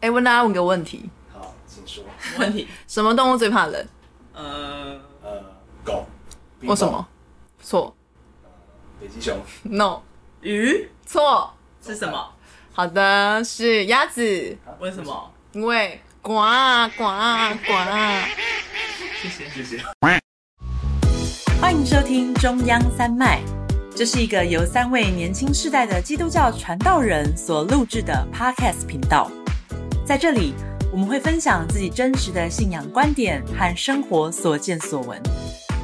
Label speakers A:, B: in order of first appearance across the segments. A: 哎、问大家问个问题：
B: 好，请说。
C: 问题，
A: 什么动物最怕冷？
C: 呃，
B: 呃，狗。
A: 为什么？错
B: 冰雹？北极熊。
A: ，no，
C: 鱼
A: 错。
C: 是什么？
A: 好的，是鸭子，
B: 啊
C: 为什？么？
A: 因为呱呱呱。
C: 谢谢。
B: 谢谢。
C: 欢迎收听中央三麦，这是一个由三位年轻世代的基督教传道人所录制的 Podcast 频道。在这里，我们会分享自己真实的信仰观点和生活所见所闻，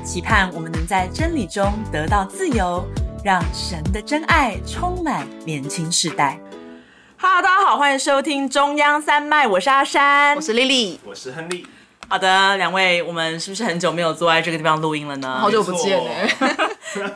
C: 期盼我们能在真理中得到自由，让神的真爱充满年轻世代。Hello，大家好，欢迎收听中央三麦，我是阿山，
A: 我是莉莉，
B: 我是亨利。
C: 好的，两位，我们是不是很久没有坐在这个地方录音了呢？
A: 好久不见哎、
B: 没错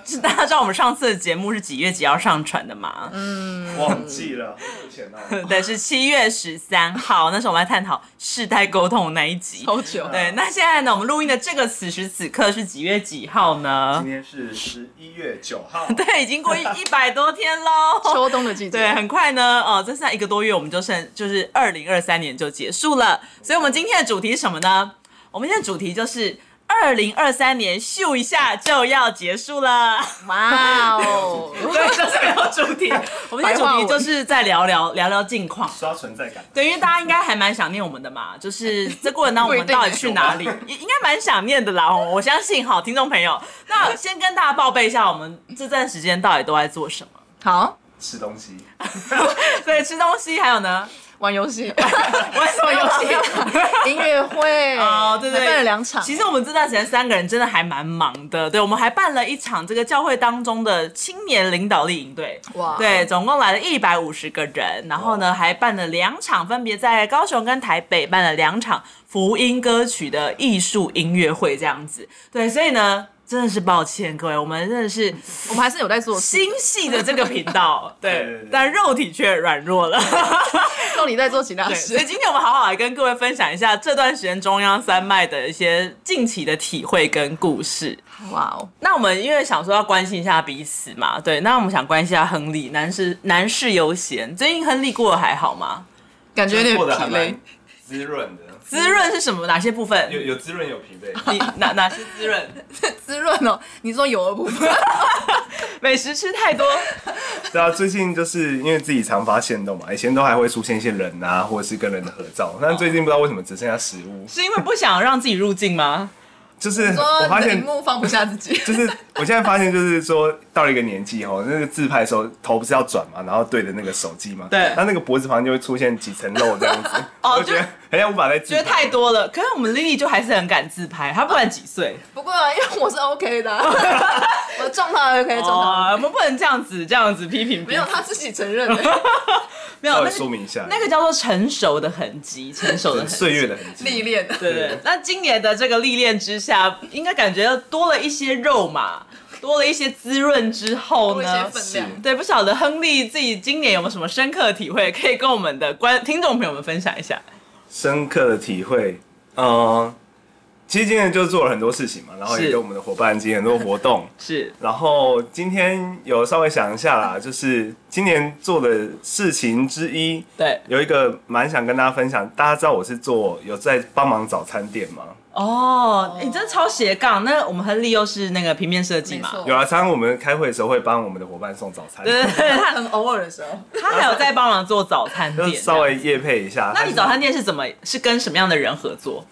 C: 是大家知道我们上次的节目是几月几号上传的吗？
A: 嗯
B: 忘记了，好 久以前哦。
C: 对，是七月十三号，那时候我们在探讨世代沟通的那一集。
A: 好久。
C: 对，那现在呢，我们录音的这个此时此刻是几月几号呢
B: 今？天是十一月九 号。
C: 对，已经过一一百多天喽。
A: 秋冬的季节，
C: 对，很快呢，呃，这剩下一个多月，我们就剩就是二零二三年就结束了。所以，我们今天的主题是什么呢？我们今天的主题就是二零二三年咻一下就要结束了。
A: 哇哦，
C: 对，就是聊主题。我们今天主题就是在聊聊聊聊近况。
B: 刷存在感。
C: 对，因为大家应该还蛮想念我们的嘛，就是这过程当中我们
A: 不一定
C: 到底去哪 里，应应该蛮想念的啦。哦我相信哈，听众朋友，那先跟大家报备一下，我们这段时间到底都在做什 么？
A: 好
B: 吃东西。
C: 对，吃东西，还有呢，
A: 玩游戏，
C: 玩什么 游戏？
A: 音乐会
C: 哦对对
A: 还办了两场。
C: 其实我们这段时间三个人真的还蛮忙的，对，我们还办了一场这个教会当中的青年领导力营队，
A: 哇
C: 对，总共来了一百五十个人，然后呢还办了两场，分别在高雄跟台北办了两场福音歌曲的艺术音乐会这样子，对，所以呢。真的是抱歉各位，我们真的是
A: 我们还是有在做事，
C: 心系的这个频道，
B: 对对
C: 对
B: 对，
C: 但肉体却软弱了。
A: 到底在做其他
C: 对，
A: 事
C: 所以。今天我们好好来跟各位分享一下这段时间中央山脉的一些近期的体会跟故事。
A: 哇哦，
C: 那我们因为想说要关心一下彼此嘛，对，那我们想关心一下亨利，男士男士优先。最近亨利过得还好吗？
A: 感觉有点
B: 过得还
A: 疲累
B: 蛮。滋润的，
C: 滋润是什么？哪些部分
B: 有？有滋润有疲惫。
C: 你哪哪些滋润？
A: 滋润哦，你说有的部 分，
C: 美食吃太多，
B: 对啊，最近就是因为自己常发现动嘛，以前都还会出现一些人啊，或者是跟人的合照，但最近不知道为什么只剩下食物，
C: 是因为不想让自己入镜吗？
B: 就是
A: 说
B: 我发
A: 你的
B: 现
A: 荧。幕放不下自己。
B: 就是我现在发现，就是说到了一个年纪吼，那个自拍的时候头不是要转嘛，然后对着那个手机嘛，
C: 对
B: 那那个脖子旁就会出现几层肉这样子，
C: 哦
B: 我觉得
C: 就
B: 很像无法再自
C: 觉得
B: 拍
C: 太多了。可是我们 Lily 就还是很敢自拍，她不管几岁，
A: 不过啊因为我是 OK 的啊，我撞他 OK，撞他
C: 哦，我们不能这样子这样子批评彼此。
A: 没有，他自己承认的。
C: 没有
B: 稍
C: 那
B: 微
C: 个
B: 哦说明一下，
C: 那个叫做成熟的痕迹，成熟的痕迹。
B: 岁月的痕迹，
A: 历练。
C: 对对，那今年的这个历练之下，应该感觉多了一些肉嘛，多了一些滋润之后
A: 多一些
C: 呢，
A: 分量。
C: 对，不晓得亨利自己今年有没有什么深刻的体会，可以跟我们的观听众朋友们分享一下。
B: 深刻的体会，嗯、其实今天就做了很多事情嘛，然后也
C: 是
B: 跟我们的伙伴进行很多活 动，
C: 是
B: 然后今天有稍微想一下啦，就是今年做的事情之一，
C: 对
B: 有一个蛮想跟大家分享。大家知道我是做有在帮忙早餐店吗？
C: 哦，你、真的超斜杠。那我们亨利又是那个平面设计嘛
A: 没，错
B: 有啊，常常我们开会的时候会帮我们的伙伴送早餐，
C: 对对 对，他
A: 很偶尔的时候，
C: 他还有在帮忙做早餐
B: 就
C: 店。
B: 是 稍微夜配一下。
C: 那你早
B: 但是
C: 餐店是怎么是跟什么样的人合作？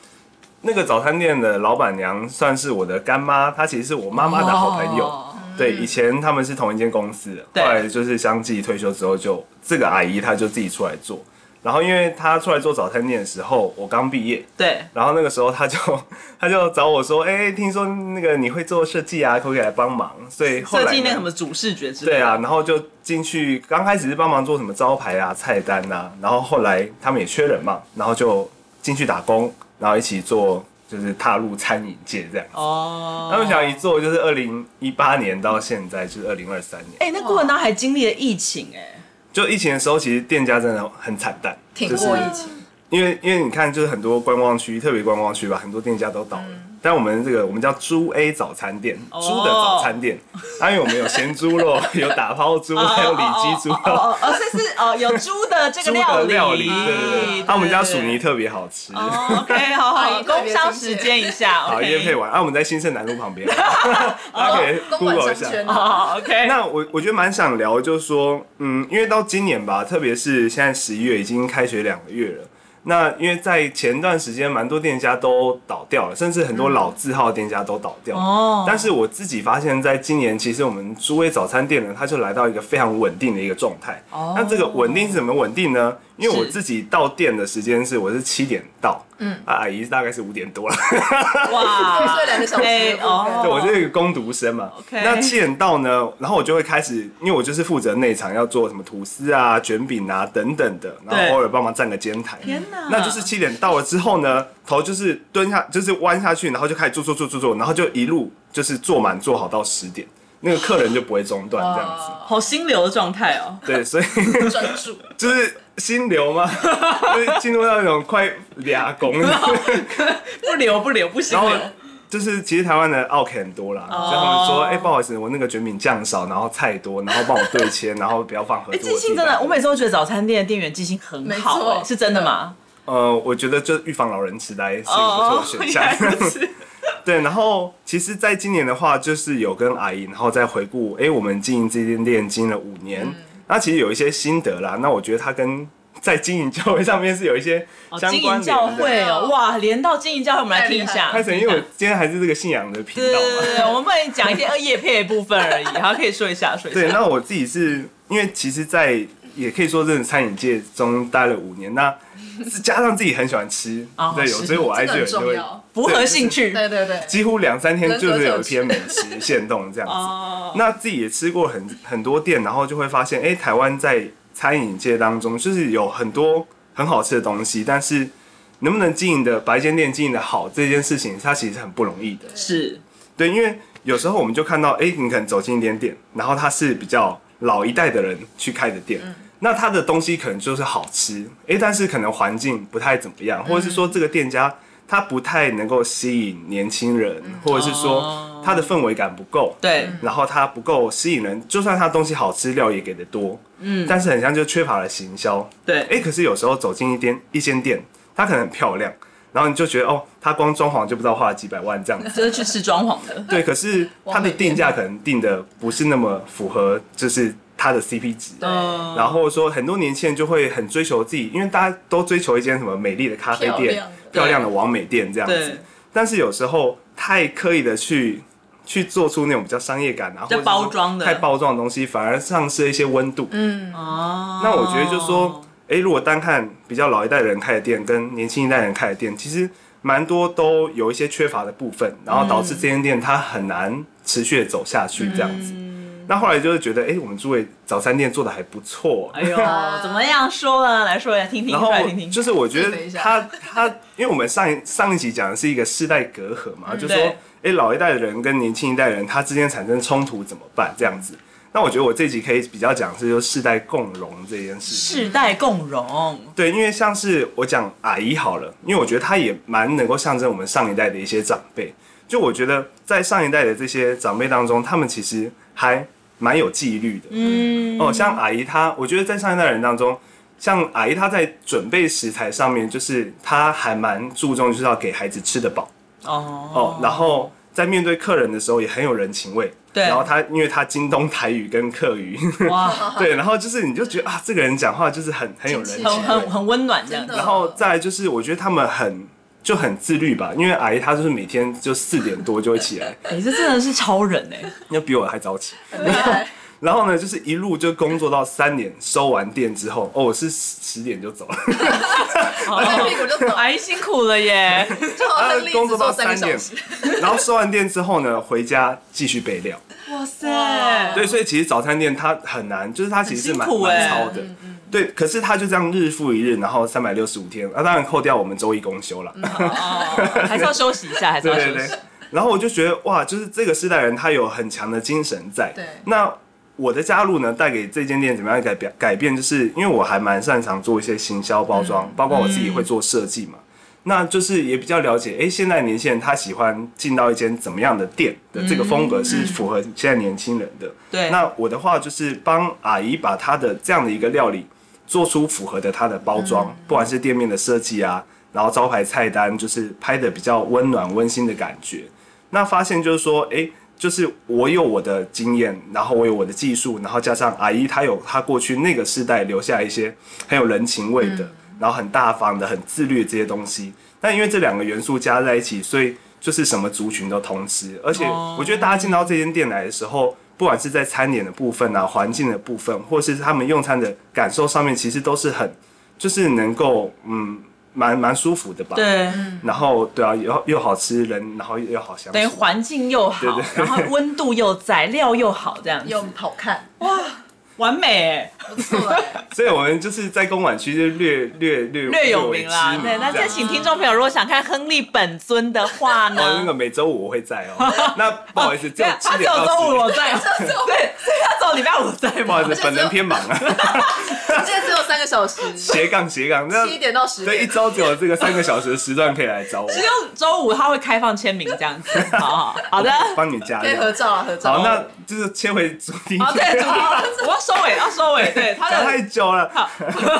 B: 那个早餐店的老板娘算是我的干妈，她其实是我妈妈的好朋友。
C: 哦
B: 对，以前他们是同一间公司的，
C: 对
B: 后来就是相继退休之后就，这个阿姨她就自己出来做。然后因为她出来做早餐店的时候，我刚毕业，
C: 对，
B: 然后那个时候她就 她就找我说：“哎、听说那个你会做设计啊，可不可以来帮忙？”所以后来
C: 设
B: 呢
C: 计那个什么主视觉之类的。
B: 对啊，然后就进去，刚开始是帮忙做什么招牌啊、菜单啊，然后后来他们也缺人嘛，然后就进去打工，然后一起做，就是踏入餐饮界这样。
C: 哦，
B: 他们想一做就是二零一八年到现在，就是二零二三年。
C: 哎、那过程当中还经历了疫情、哎，
B: 就疫情的时候，其实店家真的很惨淡，
A: 挺
B: 就是
A: 过疫情。
B: 因为因为你看，就是很多观光区，特别观光区吧，很多店家都倒了。但我们这个我们叫猪 A 早餐店，
C: 嗯哦
B: 猪的早餐店。啊，因为我们有咸猪 肉，有打抛猪，还有里脊猪
C: 哦
B: 肉，
C: 哦哦，这是哦有猪的这
B: 猪
C: 个
B: 的
C: 理，
B: 料理。对对对，啊，我们家薯泥。特别好吃。
C: 哦，OK，好 好，工商时间一下，
B: 好，叶配。完，啊，我们在新盛南路旁边，大家可以
A: 哦公馆
B: Google
A: 商
B: 一下。
A: 圈啊，
C: 哦，OK，
B: 那我我觉得蛮想聊，就是说，嗯，因为到今年吧，特别是现在十一月已经开学两个月了。那因为在前段时间，蛮多店家都倒掉了，甚至很多老字号店家都倒掉。
C: 哦
B: 但是我自己发现，在今年，其实我们诸位早餐店呢，它就来到一个非常稳定的一个状态。
C: 哦
B: 那这个稳定是怎么稳定呢？因为我
C: 是
B: 自己到店的时间是我是七点到，嗯，阿姨大概是五点多了。
C: 哇，
A: 睡两个小时
C: 哎
B: 对，我
C: 哦，
B: 是一个攻读生嘛。
C: OK
B: 那七点到呢，然后我就会开始，因为我就是负责内场要做什么吐司啊、卷饼啊等等的，然
C: 对
B: 后偶尔帮忙站个煎台。
C: 天哪
B: 那就是七点到了之后呢，头就是蹲下，就是弯下去，然后就开始做做做做做，然后就一路就是做满做好到十点，那个客人就不会中断
C: 哦
B: 这样子。
C: 好心流的状态哦。
B: 对，所以
A: 专注，
B: 就是心流嘛， 就是进入到那种快俩拱的。
C: 不留不留不行
B: 然后
C: 留，
B: 就是其实台湾的 OK 很多啦，
C: 哦
B: 所以他们说，哎、不好意思，我那个卷饼酱少，然后菜多，然后帮我对切，然后不要放合
C: 哎，
B: 作。
C: 记性真的，我每次都觉得早餐店的店员记性很好
A: 没，错
C: 哎是真的吗？
B: 呃，我觉得就预防老人痴呆是一个不错的选项。
C: 哦原来如此
B: 对，然后其实，在今年的话，就是有跟阿姨，然后再回顾，哎，我们经营这间店经营了五年，
C: 嗯
B: 那其实有一些心得啦。那我觉得它跟在经营教会上面是有一些
C: 哦
B: 相
C: 经
B: 关
C: 营
B: 联
C: 教
B: 的。
C: 会哦，
A: 对
C: 哇，连到经营教会，我们来听一下。
A: 太
B: 开始，因为我
C: 听一下
B: 今天还是这个信仰的频
C: 对
B: 道
C: 对
B: 嘛
C: 对，对，我们不能讲一些呃叶配的部分而已，好，可以说一下，说一
B: 对，
C: 下。
B: 那我自己是因为其实，在也可以说真的餐饮界中待了五年，那是加上自己很喜欢吃，
C: 哦
B: 对，
C: 是
B: 有所以我
A: 这
B: IG
A: 个
B: 有
A: 很
B: 时候
A: 重
B: 会
A: 要。
C: 符合兴趣，
A: 对对对，
B: 几乎两三天就是有一篇
A: 人
B: 美食限动 这样
C: 哦
B: 子。那自己也吃过很很多店，然后就会发现，哎、台湾在餐饮界当中就是有很多很好吃的东西，但是能不能经营的白间店经营的好这件事情，它其实很不容易的。
C: 是
B: 对，因为有时候我们就看到，哎，你可能走进一间店，然后它是比较老一代的人去开的店，
C: 嗯
B: 那它的东西可能就是好吃，哎，但是可能环境不太怎么样，或者是说
C: 嗯
B: 这个店家他不太能够吸引年轻人，或者是
C: 哦
B: 说它的氛围感不够，
C: 对，
B: 然后它不够吸引人，就算它东西好吃，料也给的多，嗯，但是很像就缺乏了行销，
C: 对
B: 哎，可是有时候走进一间一间店，它可能很漂亮，然后你就觉得哦，它光装潢就不知道花了几百万这样子。
C: 就是去吃装潢的，
B: 对，可是它的定价可能定的不是那么符合，就是它的 CP 值。
A: 对
C: 嗯，
B: 然后说很多年轻人就会很追求自己，因为大家都追求一间什么美丽的咖啡
A: 漂
B: 店
A: 亮的、
B: 漂亮的完美店这样
C: 对
B: 子。但是有时候太刻意的去去做出那种比较商业感啊，或者
C: 较
B: 是
C: 包装的
B: 太包装的东西，反而丧失了一些温度。
A: 嗯，
C: 哦，
B: 那我觉得就是说，哎、如果单看比较老一代人开的店跟年轻一代人开的店，其实蛮多都有一些缺乏的部分，然后导
C: 嗯
B: 致这间店它很难持续的走下去这样子。
C: 嗯
B: 那后来就是觉得，哎、我们诸位早餐店做的还不错，
C: 哎呦，怎么样说呢？来说一下，听听，
B: 然后
C: 说来听听。
B: 就是我觉
A: 自肥
B: 得
A: 一下
B: 他他，因为我们上一上一集讲的是一个世代隔阂嘛，就说
C: 嗯对
B: 哎、诶老一代的人跟年轻一代人他之间产生冲突怎么办这样子。那我觉得我这集可以比较讲是就是世代共荣这件事情。
C: 世代共荣，
B: 对，因为像是我讲阿姨好了，因为我觉得她也蛮能够象征我们上一代的一些长辈。就我觉得在上一代的这些长辈当中，他们其实还蛮有纪律的。
C: 嗯，
B: 哦，像阿姨她，我觉得在上一代人当中，像阿姨她在准备食材上面，就是她还蛮注重就是要给孩子吃得饱哦
C: 哦，
B: 然后在面对客人的时候也很有人情味。
C: 对
B: 然后她因为她精通台语跟客 语，
C: 哇，
B: 对，然后就是你就觉得啊，这个人讲话就是很很有人情
A: 亲切
B: 味
C: 很很很温暖这样
A: 真的
B: 然后再来就是，我觉得他们很就很自律吧，因为阿姨她就是每天就四点多就会起 来，
C: 哎、这真的是超人哎、
B: 要比我还早起。
A: 很厉害，
B: 然后呢，就是一路就工作到三点，收完店之后，哦，我是十十点就走了，
A: 拍屁股就走，
C: 阿姨哦哎辛苦了耶！
A: 就好像例
B: 工
A: 子
B: 作
A: 做
B: 到
A: 三
B: 三
A: 个小
B: 点
A: 时，，嗯
B: 然后收完店之后呢，回家继续备料。
C: 哇塞，
B: 对，所以其实早餐店它很难，就是它其实是蛮
C: 很辛苦欸
B: 蛮超
A: 嗯
B: 的。对，可是它就这样日复一日，然后三百六十五天，啊，当然扣掉我们周一公休了。
C: 哦，还是要休息一下，还是要
B: 对
C: 休息。
B: 对对。然后我就觉得哇，就是这个世代人他有很强的精神在。
A: 对
B: 那我的加入呢，带给这间店怎么样的改
C: 嗯
B: 变？改变就是因为我还蛮擅长做一些行销包装，包括我自己会做设计嘛。那就是也比较了解，哎、现在年轻人他喜欢进到一间怎么样的店的
C: 嗯
B: 这个风格是符合现在年轻人的。
C: 对
B: 那我的话就是帮阿姨把她的这样的一个料理做出符合的她的包装，不管是店面的设计啊，然后招牌菜单，就是拍的比较温暖温馨的感觉。那发现就是说，哎、就是我有我的经验，然后我有我的技术，然后加上阿姨她有她过去那个世代留下一些很有人情味
C: 嗯
B: 的，然后很大方的、很自律的这些东西。但因为这两个元素加在一起，所以就是什么族群都通吃。而且
C: 哦
B: 我觉得大家进到这间店来的时候，不管是在餐点的部分啊、环境的部分，或是他们用餐的感受上面，其实都是很就是能够嗯蛮蛮舒服的吧。。
C: 对，
B: 然后对啊，又又好吃人，然后又又好相处。
C: 等于环境又好，
B: 对对
C: 然后温度又在，料又好，这样子
A: 又好看，
C: 完美哎，
A: 不错哎，
B: 所以我们就是在公馆区就略略略
C: 略有名啦。
B: 略为知
C: 对，那
B: 这样
C: 再请听众朋友，如果想看亨利本尊的话
B: 哦，那
C: 呢
B: 个？每周五我会在 哦。那不好意思，只有
C: 对
B: 七
C: 他只
B: 点
C: 有
B: 到
C: 周
B: 10
C: 五
B: 点
C: 我在， 对，所以他只有礼拜五在
B: 不好
C: 嘛
B: 意。思，本人偏忙 啊，
A: 今天只有三个小时，
B: 斜杠斜杠。那
A: 七点到十
B: 对一
A: 点，
B: 周只有这个三个小时的时段可以来找我，
C: 只有周五他会开放签名这样子，好不好好的，
B: 帮你加
A: 可以
B: 料。
A: 合照啊，合照。
B: 好，那就是切回主题。
C: 好哦 对，主题我要收尾，要收尾，对他
B: 讲
C: 的
B: 太久了
C: 好，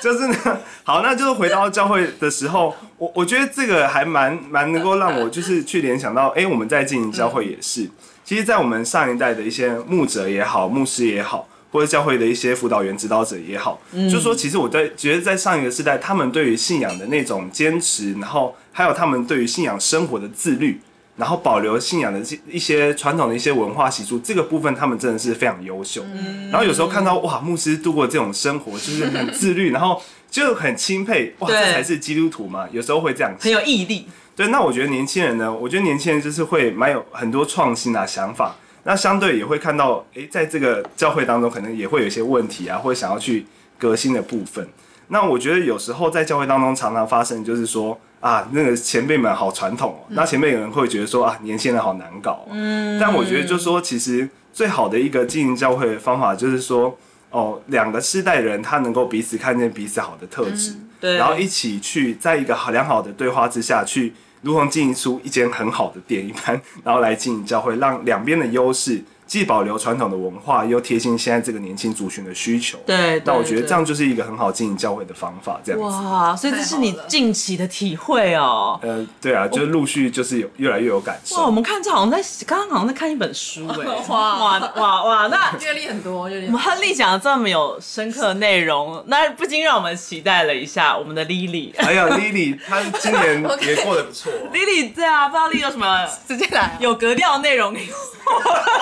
B: 就是呢，好，那就是回到教会的时候，我我觉得这个还蛮蛮能够让我就是去联想到，哎、我们在经营教会也是，其实，在我们上一代的一些牧者也好，牧师也好，或者教会的一些辅导员、指导者也好，就说其实我在觉得在上一个世代，他们对于信仰的那种坚持，然后还有他们对于信仰生活的自律。然后保留信仰的这一些传统的一些文化习俗，这个部分他们真的是非常优秀。然后有时候看到哇，牧师度过这种生活，就是很自律，然后就很钦佩哇，
C: 对
B: 这才是基督徒嘛。有时候会这样想。
C: 很有毅力，
B: 对，那我觉得年轻人呢，我觉得年轻人就是会蛮有很多创新啊想法，那相对也会看到，诶，在这个教会当中，可能也会有一些问题啊，或者想要去革新的部分。那我觉得有时候在教会当中常常发生，就是说啊，那个前辈们好传统哦，那前辈有人会觉得说啊，年轻人好难搞、哦。嗯，但我觉得就是说，其实最好的一个经营教会的方法，就是说哦，两个世代人他能够彼此看见彼此好的特质，
C: 对
B: 然后一起去在一个好良好的对话之下去。如何经营出一间很好的店一般， 然后来经营教会，让两边的优势既保留传统的文化，又贴近现在这个年轻族群的需求。
C: 对对
B: 那我觉得
C: 对
B: 这样就是一个很好经营教会的方法，这样子。
C: 哇，所以这是你
A: 太好了
C: 近期的体会哦。
B: 呃，对啊，就是陆续就是有越来越有感
C: 哇，我
B: 受。
C: 们看这好像在刚刚好像在看一本书哎、
A: 哇
C: 哇哇哇！那
A: 阅历很多，阅历很
C: 我们
A: 多。
C: 亨利讲的这么有深刻的内容，那不禁让我们期待了一下我们的 Lily。
B: 还有哎 Lily，她今年 也过得不错、哦
C: Lily 对啊，不知道 Lily 有什么
A: 直接来啊，
C: 有格调的内容给我。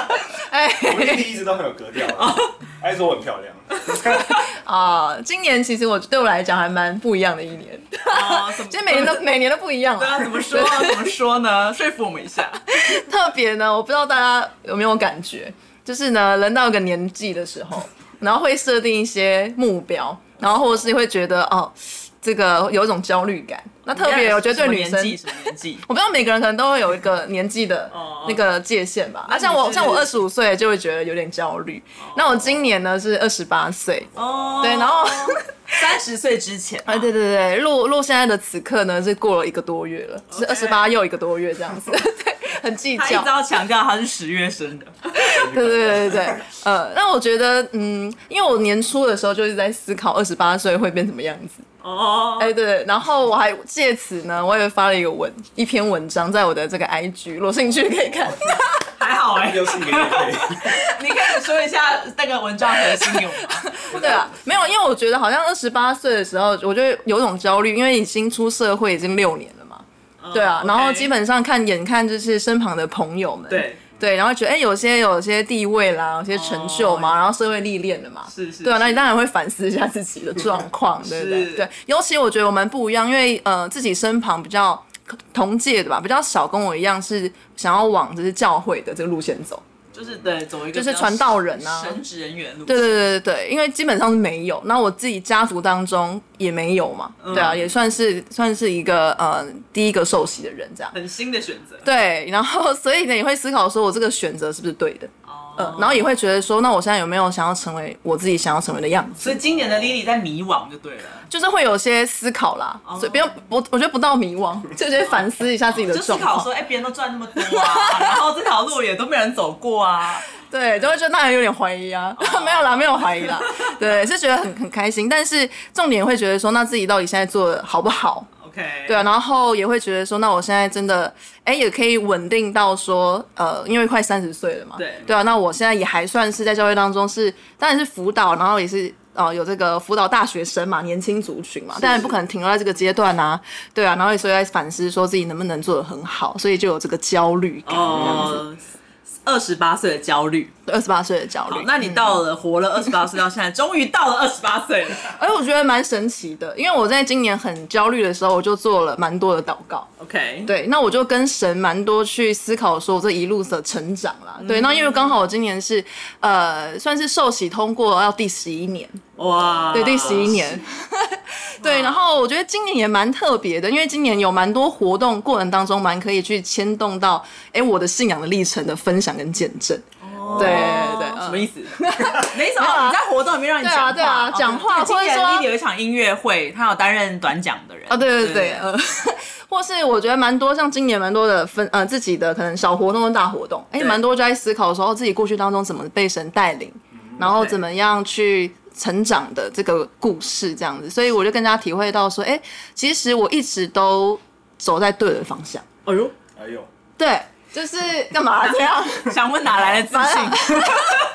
A: 哎
B: Lily 一直都很有格调、啊，
C: 哦
B: 还说我很漂亮。
A: 啊，今年其实我对我来讲还蛮不一样的一年，
C: 哦 怎么
A: 其实每年都每年都不一样
C: 对
A: 啊
C: 啊，。怎么说怎么说 呢？说服我们一下。
A: 特别呢，我不知道大家有没有感觉，就是呢，人到一个年纪的时 候，然后会设定一些目标，然后或者是会觉得哦，这个有一种焦虑感。那特别，我觉得对女
C: 什么
A: 生
C: 年纪什么年纪，
A: 我不知道每个人可能都会有一个年纪的
C: 哦
A: 那个界限吧。啊，
C: 你是
A: 像我像我二十五岁就会觉得有点焦虑。那我今年呢是二十八岁，
C: 哦
A: 对，然后
C: 三十岁之前
A: 啊，对对对，录录现在的此刻呢是过了一个多月了，是二十八又一个多月这样子， 对，很计
C: 他一
A: 较
C: 直。要强调他是十月生的，
A: 对对对对对，呃，那我觉得，嗯，因为我年初的时候就是在思考二十八岁会变什么样子，
C: 哦，
A: 哎、对对，然后我还借此呢，我也发了一个文一篇文章在我的这个 IG，有兴趣可以
C: 哦
A: 看。
C: 还好哎、
B: 又是一个月配，
C: 你可以说一下那个文章核心有吗？
A: 对啊，没有，因为我觉得好像二十八岁的时候，我就会有种焦虑，因为已经出社会已经六年了嘛。对啊，
C: 哦 OK
A: 然后基本上看眼看就是身旁的朋友们，
C: 对
A: 对，然后觉得哎、有些有些地位啦，有些成就嘛，
C: 哦
A: 然后社会历练了嘛，
C: 是是
A: 对啊，
C: 是
A: 那你当然会反思一下自己的 状况，对不对？
C: 是
A: 对，尤其我觉得我们不一样，因为呃自己身旁比较同届的吧，比较少跟我一样是想要往就是教会的这个路线走，
C: 就是对走一个
A: 就是传道人啊
C: 神职人员路线，
A: 对对对对对，因为基本上是没有。那我自己家族当中也没有嘛，
C: 嗯
A: 对啊，也算是算是一个呃第一个受洗的人这样。
C: 很新的选择。
A: 对，然后所以呢，也会思考说我这个选择是不是对的？
C: 哦
A: 呃，然后也会觉得说，那我现在有没有想要成为我自己想要成为的样子？
C: 所以今年的 Lily 在迷惘就对了，
A: 就是会有些思考啦，
C: 哦
A: 所以不用我我觉得不到迷惘，就觉得反思一下自己的
C: 就思
A: 状
C: 考
A: 况，
C: 说，哎、别人都赚那么多啊，然后这条路也都没人走过啊，
A: 对，就会觉得那有点怀疑啊，
C: 哦
A: 没有啦，没有怀疑 啦，对，是觉得很很开心，但是重点会觉得说，那自己到底现在做的好不好？
C: OK，
A: 对啊，然后也会觉得说，那我现在真的，哎，也可以稳定到说，呃，因为快三十岁了嘛，
C: 对
A: 对啊，那我现在也还算是在教会当中是，当然是辅导，然后也是呃有这个辅导大学生嘛，年轻族群嘛，当然不可能停留在这个阶段啊，对啊，然后也所以在反思说自己能不能做得很好，所以就有这个焦虑感，
C: 哦，二十八岁的焦虑。
A: 二十八岁的焦
C: 好
A: 虑，。嗯
C: 那你到了活了二十八岁到现在，终于到了二十八岁了。
A: 而且我觉得蛮神奇的，因为我在今年很焦虑的时候，我就做了蛮多的祷告。
C: OK，
A: 对，那我就跟神蛮多去思考，说我这一路的成长啦。对，那因为刚好我今年是呃，算是受洗通过要第十一年，
C: 哇，哦
A: 对，第十一年。 对，然后我觉得今年也蛮特别的，因为今年有蛮多活动过程当中，蛮可以去牵动到，哎，我的信仰的历程的分享跟见证。
C: 哦，
A: 对对对嗯
C: 什么意 思？没什
A: 没有
C: 么，
A: 啊
C: 你在活动里面让你
A: 对啊
C: 讲
A: 对啊
C: 话，
A: 讲话
C: 哦对
A: 或者
C: 今年
A: 说
C: Lily 有一场音乐会，他有担任短讲的人
A: 啊，对对对对，呃， 或是我觉得蛮多，像今年蛮多的分呃自己的可能小活动跟大活动，哎，
C: 对
A: 蛮多就在思考说哦自己过去当中怎么被神带领，然后
C: 对
A: 怎么样去成长的这个故事这样子，所以我就更加体会到说，哎，其实我一直都走在对的方向，
C: 哎呦，
B: 哎呦，
A: 对，就是干嘛这样？
C: 想问哪来的自信？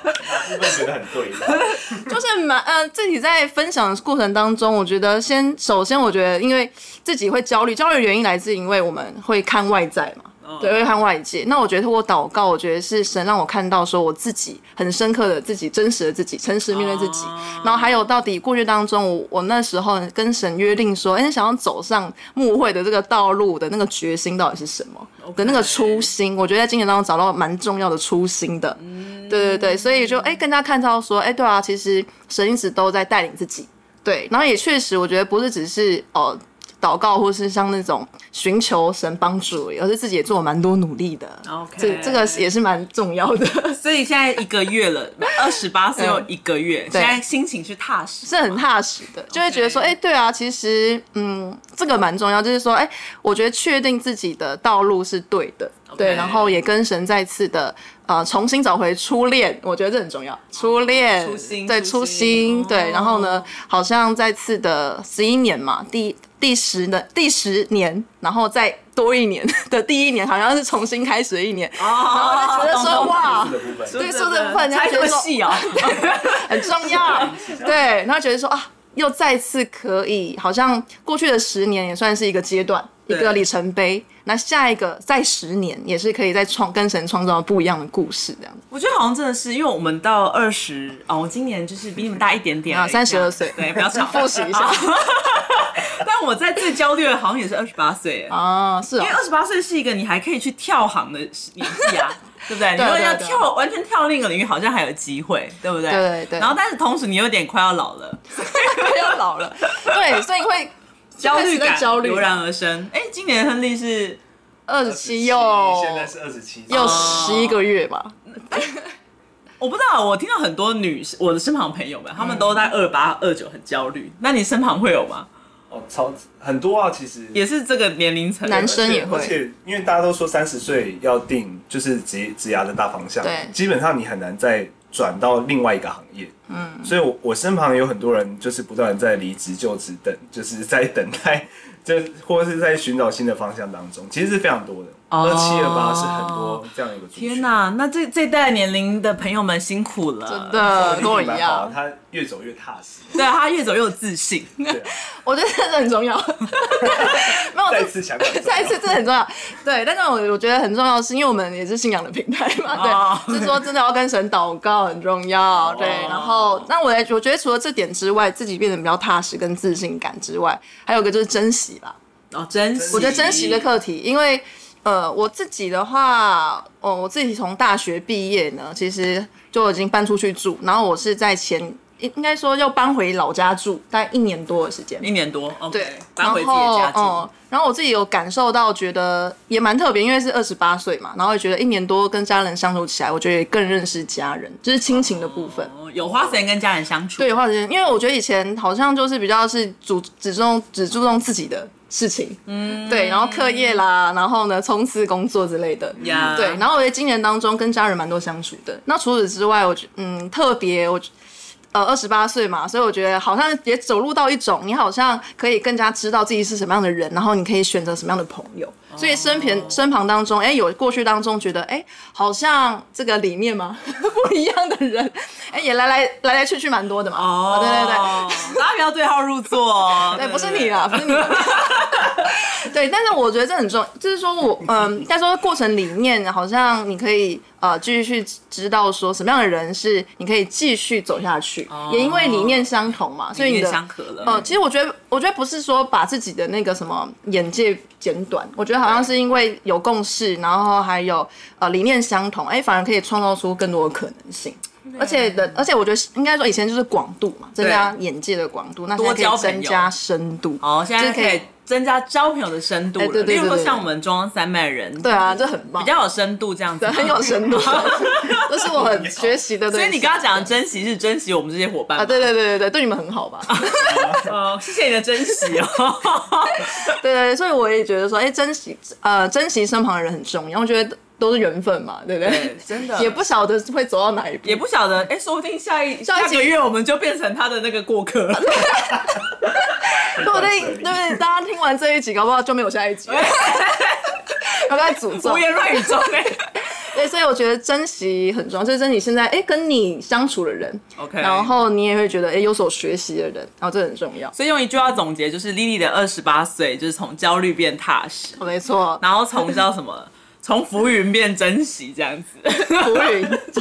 B: 部分觉得很 对的，
A: 就是蛮呃，自己在分享的过程当中，我觉得先首先，我觉得因为自己会焦虑，焦虑的原因来自因为我们会看外在嘛，对，会看外界。那我觉得通过祷告，我觉得是神让我看到说我自己很深刻的自己，真实的自己，诚实面对自己。
C: 哦
A: 然后还有到底过去当中，我我那时候跟神约定说，哎，想要走上牧会的这个道路的那个决心到底是什么
C: OK
A: 的那个初心，我觉得在今年当中找到蛮重要的初心的。
C: 嗯
A: 对对对，所以就哎、更加看到说，哎、对啊，其实神一直都在带领自己，对，然后也确实，我觉得不是只是哦、呃、祷告，或是像那种寻求神帮助而已，而是自己也做了蛮多努力的。
C: OK
A: 这这个也是蛮重要的，
C: 所以现在一个月了，二十八岁又一个月，
A: 嗯
C: 现
A: 对
C: 在心情是踏实，
A: 是很踏实的，就会觉得说，哎、对啊，其实嗯，这个蛮重要，就是说，哎、我觉得确定自己的道路是对的
C: OK
A: 对，然后也跟神再次的呃重新找回初恋，我觉得这很重要，初恋，
C: 哦初心
A: 对，
C: 初
A: 初
C: 心
A: 心，
C: 哦
A: 对，然后呢，好像再次的十一年嘛，第第十的第十年，然后再多一年 的第一年，好像是重新开始的一年，然
C: 哦
A: 后就觉得说，哇
B: 这。个部分
A: 对说这部分人家
C: 猜
A: 觉
C: 这么
A: 得说
C: 细哦，
A: 很重要。 对，然后觉得说啊，又再次可以，好像过去的十年也算是一个阶段，一
C: 对
A: 个里程碑。那下一个再十年，也是可以再创跟神创造不一样的故事，这样子。
C: 我觉得好像真的是，因为我们到二十哦，我今年就是比你们大一点点而已，
A: 啊32岁
C: 对，不要吵。
A: 复习一下
C: 好 但我在最焦虑的好像也是二十八岁，
A: 啊，是哦
C: 因为，二十八岁是一个你还可以去跳行的年 纪啊，对不对？你
A: 对
C: 如果要
A: 对对
C: 跳完全跳另一个领域，好像还有机会，对不对？
A: 对对对
C: 然后但是同时你有点快要老了，
A: 要老 了，对，所以会
C: 焦虑
A: 开始
C: 感
A: 在焦虑
C: 油然而生。哎，今年亨利是
A: 二十七
C: 哦
A: 又
B: 现在是二十七，
A: 又十一个月吧，
C: 我不知道，我听到很多女我的身旁朋友们，她们都在二八二九很焦虑。那你身旁会有吗？
A: 嗯
B: 哦，超很多啊，其实
C: 也是这个年龄层的
A: 男生
B: 而且
A: 也会
B: 而且因为大家都说三十岁要定就是职职涯的大方向，
A: 对
B: 基本上你很难再转到另外一个行业，嗯，所以我我身旁有很多人就是不断地在离职、就职等，就是在等待， 就是或者是在寻找新的方向当中，其实是非常多的，
C: 哦
B: 二七二八是很多这样一个族群
C: 天，哪，那这这代年龄的朋友们辛苦了，
A: 真。的跟我一
B: 蛮好
A: 样，
B: 的他越走越踏 实，
C: 对啊他越走越有自信，
B: 对啊，
A: 我觉得这很重要。 没有，
B: 再
A: 这
B: 次强 调，
A: 再一次真的很重要，对。但是我我觉得很重要，是因为我们也是信仰的平台
C: 哦
A: 嘛，对，是说真的要跟神祷告很重要，对。然后，那我也我觉得除了这点之外，自己变得比较踏实跟自信感之外，还有一个就是珍惜啦。
C: 哦，珍惜，
A: 我觉得珍惜的课题，因为呃，我自己的话，哦，我自己从大学毕业呢，其实就已经搬出去住，然后我是在前应应该说又搬回老家住，大概一年多的时间。
C: 一年多，OK，
A: 对，
C: 搬回自己的家
A: 然后
C: 住，
A: 哦，然后我自己有感受到，觉得也蛮特别，因为是二十八岁嘛，然后也觉得一年多跟家人相处起来，我觉得也更认识家人，就是亲情的部分。
C: 哦有花时间跟家人相处，
A: 对，花时间，因为我觉得以前好像就是比较是主只注重只注重自己的事情，嗯，对，然后课业啦，然后呢冲刺工作之类的，
C: 呀，
A: 对，然后我在今年当中跟家人蛮多相处的。那除此之外，我觉嗯特别我觉呃二十八岁嘛，所以我觉得好像也走入到一种你好像可以更加知道自己是什么样的人，然后你可以选择什么样的朋友。所以身边身旁当中，哎、有过去当中觉得，哎、好像这个理念嘛 不一样的人，哎、也来来来来去去蛮多的嘛。
C: 哦，
A: 对对对，
C: 对，大家不要对号入座 哦，
A: 对，不是你啦，不是你 啦。对，但是我觉得这很重要，就是说我，嗯、在说过程里面，好像你可以呃继续去知道说什么样的人是你可以继续走下去，
C: 哦
A: 也因为理念相同嘛，所以你
C: 面
A: 的
C: 相合了，
A: 呃，其实我觉得，我觉得不是说把自己的那个什么眼界减短，我觉得好像是因为有共识，然后还有呃理念相同，哎，反而可以创造出更多的可能性。而且的，而且我觉得应该说以前就是广度嘛，增加眼界的广度，那现在可
C: 多交
A: 以
C: 朋友
A: 增加深度。
C: 哦，现在
A: 就是
C: 可
A: 可
C: 以
A: 以
C: 增加交朋友的深度了。
A: 哎对对对
C: 例如说
A: 对对
C: 像我们中央三麦人，
A: 对啊，这很棒，
C: 比较有深度这样子
A: 对
C: 嘛，
A: 很有深度，这是我很学习的对
C: 所以
A: 象。
C: 你刚刚讲的珍惜是珍惜我们这些伙伴
A: 啊，对对对对对，对你们很好吧？
C: 对，哦，谢谢你的珍惜哦。
A: 对对，对所以我也觉得说，哎，珍惜呃珍惜身旁的人很重要，我觉得都是缘分嘛，对不
C: 对，真 的
A: 也不晓得会走到哪一步，
C: 也不晓得，哎，说不定下一
A: 下一集啊
C: 个月我们就变成他的那个过客，
A: 说不定对不对？大家听完这一集，搞不好就没有下一 集了。要不要诅咒
C: 胡？言乱语中哎。
A: 对，所以我觉得珍惜很重要，就是珍惜现在哎跟你相处的人，
C: OK，
A: 然后你也会觉得哎有所学习的人，然后这很重要。
C: 所以用一句话总结，就是 Lily 的二十八岁就是从焦虑变踏实，
A: 没错，
C: 然后从叫什么， 从浮云变珍惜这样子，
A: 浮 云，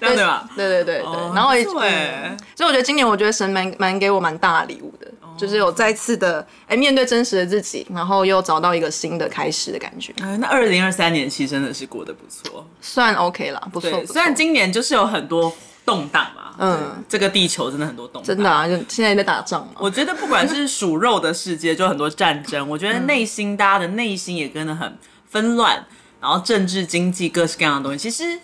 C: 这样对吧？
A: 对对对对，
C: 哦
A: 然后也、
C: 不错欸
A: 嗯所以我觉得今年我觉得神蛮蛮给我蛮大的礼物的，
C: 哦
A: 就是有再次的哎、面对真实的自己，然后又找到一个新的开始的感觉，
C: 哎，那二零二三年其实真的是过得不错，
A: 算 OK 啦，不错。
C: 对，
A: 不错
C: 虽然今年就是有很多动荡嘛，嗯
A: 嗯，
C: 这个地球真的很多动荡。
A: 真的啊，就现在在打仗嘛，
C: 我觉得不 管是属肉的世界，就很多战争，我觉
A: 嗯
C: 得内心大家的内心也跟得很纷乱，然后政治、经济各式各样的东西，其实，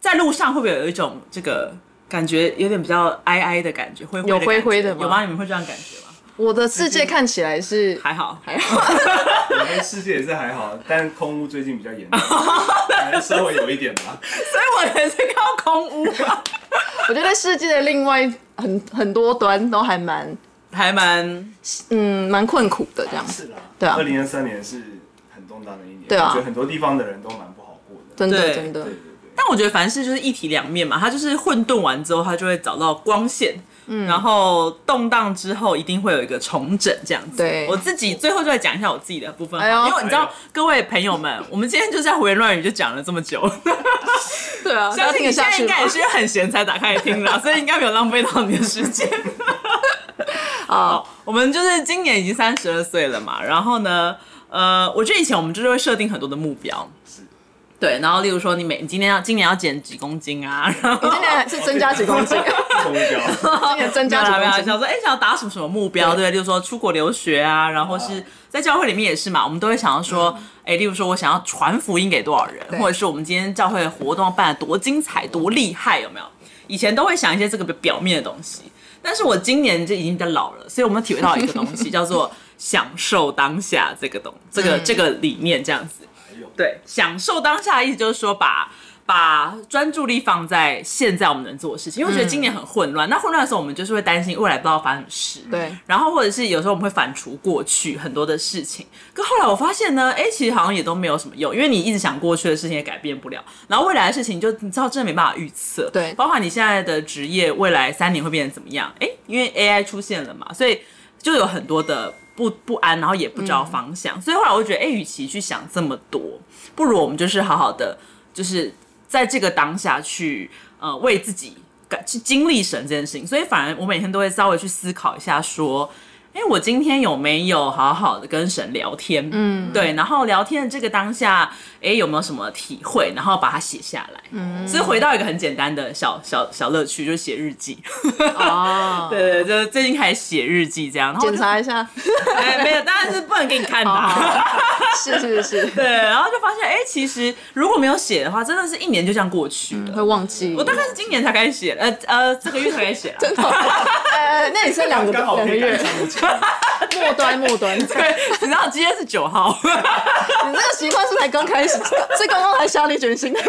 C: 在路上会不会有一种这个感觉，有点比较哀哀的感觉，灰灰的
A: 有灰灰的
C: 感
A: 吗
C: 觉有吗？你们会这样感觉吗？
A: 我的世界看起来是
C: 还好，
A: 还好，
B: 我们世界也是还好，但空屋最近比 较严重，可能稍微有一点吧。
C: 所以我也是看到空屋啊，
A: 我觉得世界的另外很很多端都还蛮
C: 还蛮
A: 嗯蛮困苦的这样子，
B: 是啦，
A: 对啊
B: 二零二三年是很动荡的一年，
A: 对啊
B: 我觉得很多地方的人都蛮不好过的。
A: 真的
C: 对
A: 真的
B: 对，对对。
C: 但我觉得凡事就是一体两面嘛，它就是混沌完之后，它就会找到光线，
A: 嗯
C: 然后动荡之后一定会有一个重整这样子。
A: 对
C: 我自己最后就来讲一下我自己的部分好了，
A: 哎呦
C: 因为你知
B: 哎
C: 道、
B: 呦
C: 各位朋友们，我们今天就在胡言乱语就讲了这么久，
A: 对啊，大
C: 相
A: 家听得下去
C: 信你现在应
A: 吗
C: 该？也是很闲才打开来听啦，所以应该没有浪费到你的时间。
A: 啊，
C: 我们就是今年已经三十二岁了嘛，然后呢，呃，我觉得以前我们就是会设定很多的目标，对，然后例如说你每你今天要今年要减几公斤啊，然后
A: 你今年是增加几公 斤？
B: 空标，
A: 今年增加
C: 没有啦没有啦
A: 几公斤？
C: 想说哎、想要达什么什么目标，对，例如说出国留学啊，然后是在教会里面也是嘛，我们都会想要说，哎、例如说我想要传福音给多少人，
A: 对
C: 或者是我们今天教会的活动办的多精彩、多厉害，有没有？以前都会想一些这个表面的东西，但是我今年就已经比较老了，所以我们体会到一个东西叫做享受当下这个东这个、这个理念这样子。对，享受当下的意思就是说把。把专注力放在现在我们能做的事情，因为我觉得今年很混乱。那混乱的时候，我们就是会担心未来不知道发生什么事。
A: 对，
C: 然后或者是有时候我们会反刍过去很多的事情，可后来我发现呢，哎，其实好像也都没有什么用，因为你一直想过去的事情也改变不了，然后未来的事情就你知道真的没办法预测，
A: 对
C: 包括你现在的职业未来三年会变成怎么样，哎，因为 AI 出现了嘛，所以就有很多的不不安，然后也不知道方向，所以后来我就觉得，哎，与其去想这么多，不如我们就是好好的，就是在这个当下去呃为自己感去经历神这件事情，所以反而我每天都会稍微去思考一下说。哎、我今天有没有好好的跟神聊天？嗯，对，然后聊天的这个当下，哎、有没有什么体会？然后把它写下来。嗯，所以回到一个很简单的小小小乐趣，就是写日记。
A: 哦，
C: 对，就是最近开始写日记这样。然后我
A: 检
C: 就
A: 查一下，
C: 哎没有，当然是不能给你看的
A: 好
C: 啊。
A: 是是是，
C: 对，然后就发现，哎、其实如果没有写的话，真的是一年就这样过去 了。
A: 会忘记
C: 我。大概是今年才开始写，呃呃，这个月才开始写啦。
A: 真 的，呃，那你剩两个
B: 刚好
A: 两
B: 可
A: 个
B: 以赶
A: 月，
B: 上目前。
A: 末端末 端，你
C: 对， 你知道今天是九号，
A: 这个习惯是才刚开始，是刚刚才瞎力卷心的。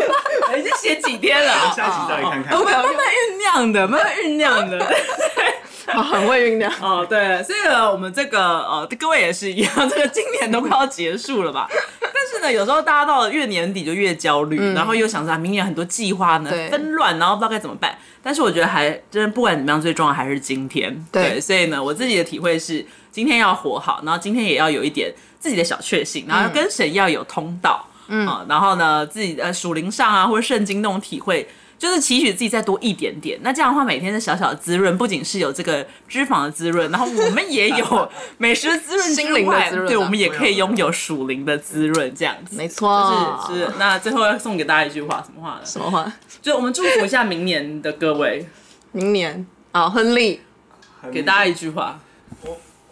C: 已经写几天了？
B: 下一集再来看看
A: 哦
C: 我。们慢慢酝酿的，慢慢酝酿的。
A: 啊，很会酝酿。
C: 哦，对，所以呢，我们这个呃，各位也是一样， 这个今年都快要结束了吧？但是呢，有时候大家到了越年底就越焦虑，然后又想着啊明年很多计划呢
A: 嗯对
C: 纷乱，然后不知道该怎么办。但是我觉得还真的不管怎么样，最重要还是今天。
A: 对
C: 所以呢，我自己的体会是，今天要活好，然后今天也要有一点自己的小确幸，然后
A: 嗯
C: 跟神要有通道。嗯、然后呢，自己的属灵上啊，或者圣经那种体会，就是期许自己再多一点点。那这样的话，每天的小小的滋润，不仅是有这个脂肪的滋润，然后我们也 有美食的滋润之外，
A: 心灵的滋润啊
C: 对，我们也可以拥有属灵的滋润，这样子。
A: 没错，
C: 是是，那最后要送给大家一句话，什么话呢？
A: 什么话？
C: 就我们祝福一下明年的各位，
A: 明年啊，亨利，
C: 给大家一句话。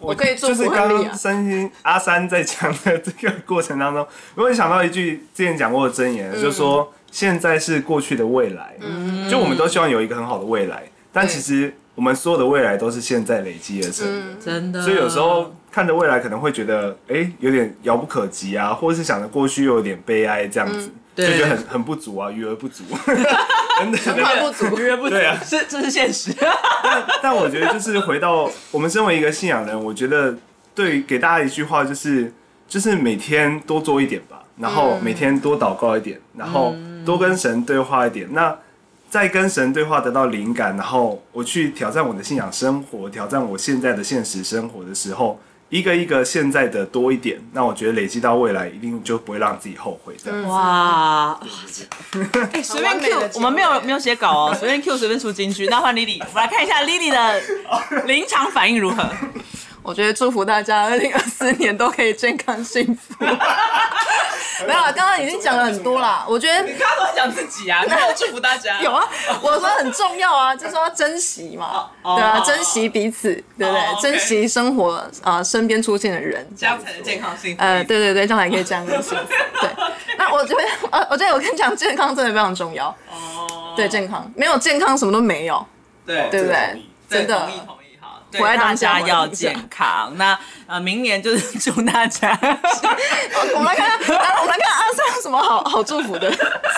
A: 我可以祝
B: 就是
A: 福
B: 刚
A: 亨利啊
B: 刚。三星阿三在讲的这个过程当中， 我也想到一句之前讲过的箴言，就是说
A: 嗯
B: 现在是过去的未来，就我们都希望有一个很好的未来，但
A: 对
B: 其实我们所有的未来都是现在累积而成的。
A: 嗯
C: 真的，
B: 所以有时候看着未来可能会觉得，哎、有点遥不可及啊，或者是想着过去又有点悲哀这样子，
C: 对
B: 就觉得很很不足啊，余额不足， 等等
A: 存款不足，
C: 约不
B: 对啊
C: 是这是现实。
B: 但我觉得就是回到我们身为一个信仰人，我觉得对于给大家一句话就是，就是每天多做一点吧，然后每天多祷告一点，
A: 嗯
B: 然后多跟神对话一点。那在跟神对话得到灵感，然后我去挑战我的信仰生活，挑战我现在的现实生活的时候，一个一个现在的多一点，那我觉得累积到未来一定就不会让自己后悔的。
A: 嗯
C: 哇，哎，随
A: 好
C: 便
A: 完美的
C: Q，
A: 结
C: 我们没有
A: 尾
C: 没有写稿哦，随便 Q 随便出金句。那换 Lily，我们来看一下 Lily 的临场反应如何。
A: 我觉得祝福大家二零二四年都可以健康幸福。没有啦，刚刚已经讲了很多啦。我觉得
C: 刚刚都讲自 己啊，没有祝福大家
A: 有啊，我说很重要啊， 就是要珍惜嘛，
C: 哦
A: 对啊，
C: 哦
A: 珍惜彼此，对不
C: 哦
A: 对？
C: ，OK
A: 珍惜生活啊、呃身边出现的人，
C: 这样才能健康幸福。
A: 呃，对对对，这样才可以健康 幸福。对，那我觉得，呃，我觉得我跟你讲，健康真的非常重要。
C: 哦，
A: 对，健康没有健康什么都没有，
C: 对
A: 对不
B: 这个同
A: 对
B: 意？
A: 真的
C: 同意，同意好对
A: 活在
C: 大
A: 当下
C: 家要
A: 活在当下
C: 健康。那呃，明年就是祝 大家，
A: 好哦我们来看看，啊我们来看阿三有什么好好祝福的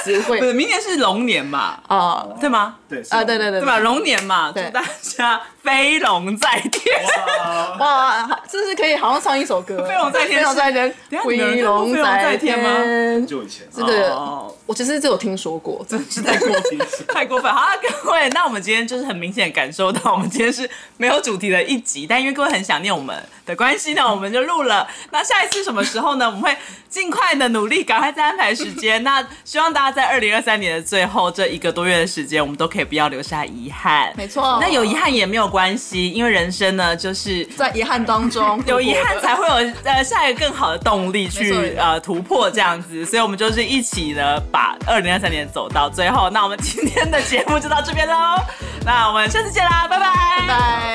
A: 词 汇
C: 不是明年是龙年嘛，
A: 啊
C: 对吗？
B: 对是
A: 啊，对对对
C: 对吧？龙年嘛，祝
A: 对
C: 大家飞龙在天。
B: 哇
A: 哇，啊这是可以好像唱一首歌，
C: 飞龙在天
A: 飞龙在天
C: 等一，下你们有
A: 飞龙
C: 人看过飞龙在天吗
A: 天？
B: 就以前
A: 这个
C: 哦
A: 我其实只有听说过，真是
C: 太过分
B: 第一次
C: 太过分！好了，各位， 那我们今天就是很明显感受到，我们今天是没有主题的一集，但因为各位很想念我们的关系呢，我们就录了。那下一次什么时候呢？我们会尽快的努力，赶快再安排时间。那 希望大家在二零二三年的最后这一个多月的时间，我们都可以不要留下遗憾。
A: 没错。
C: 那有遗憾也没有关系，因为人生呢，就是
A: 在遗憾当中，
C: 有遗憾才会有呃下一个更好的动力
A: 没
C: 去
A: 错
C: 呃突破这样子，所以我们就是一起呢把二零二三年走到最后。那我们今天的节目就到这边喽，那我们下次见啦，拜拜
A: 拜。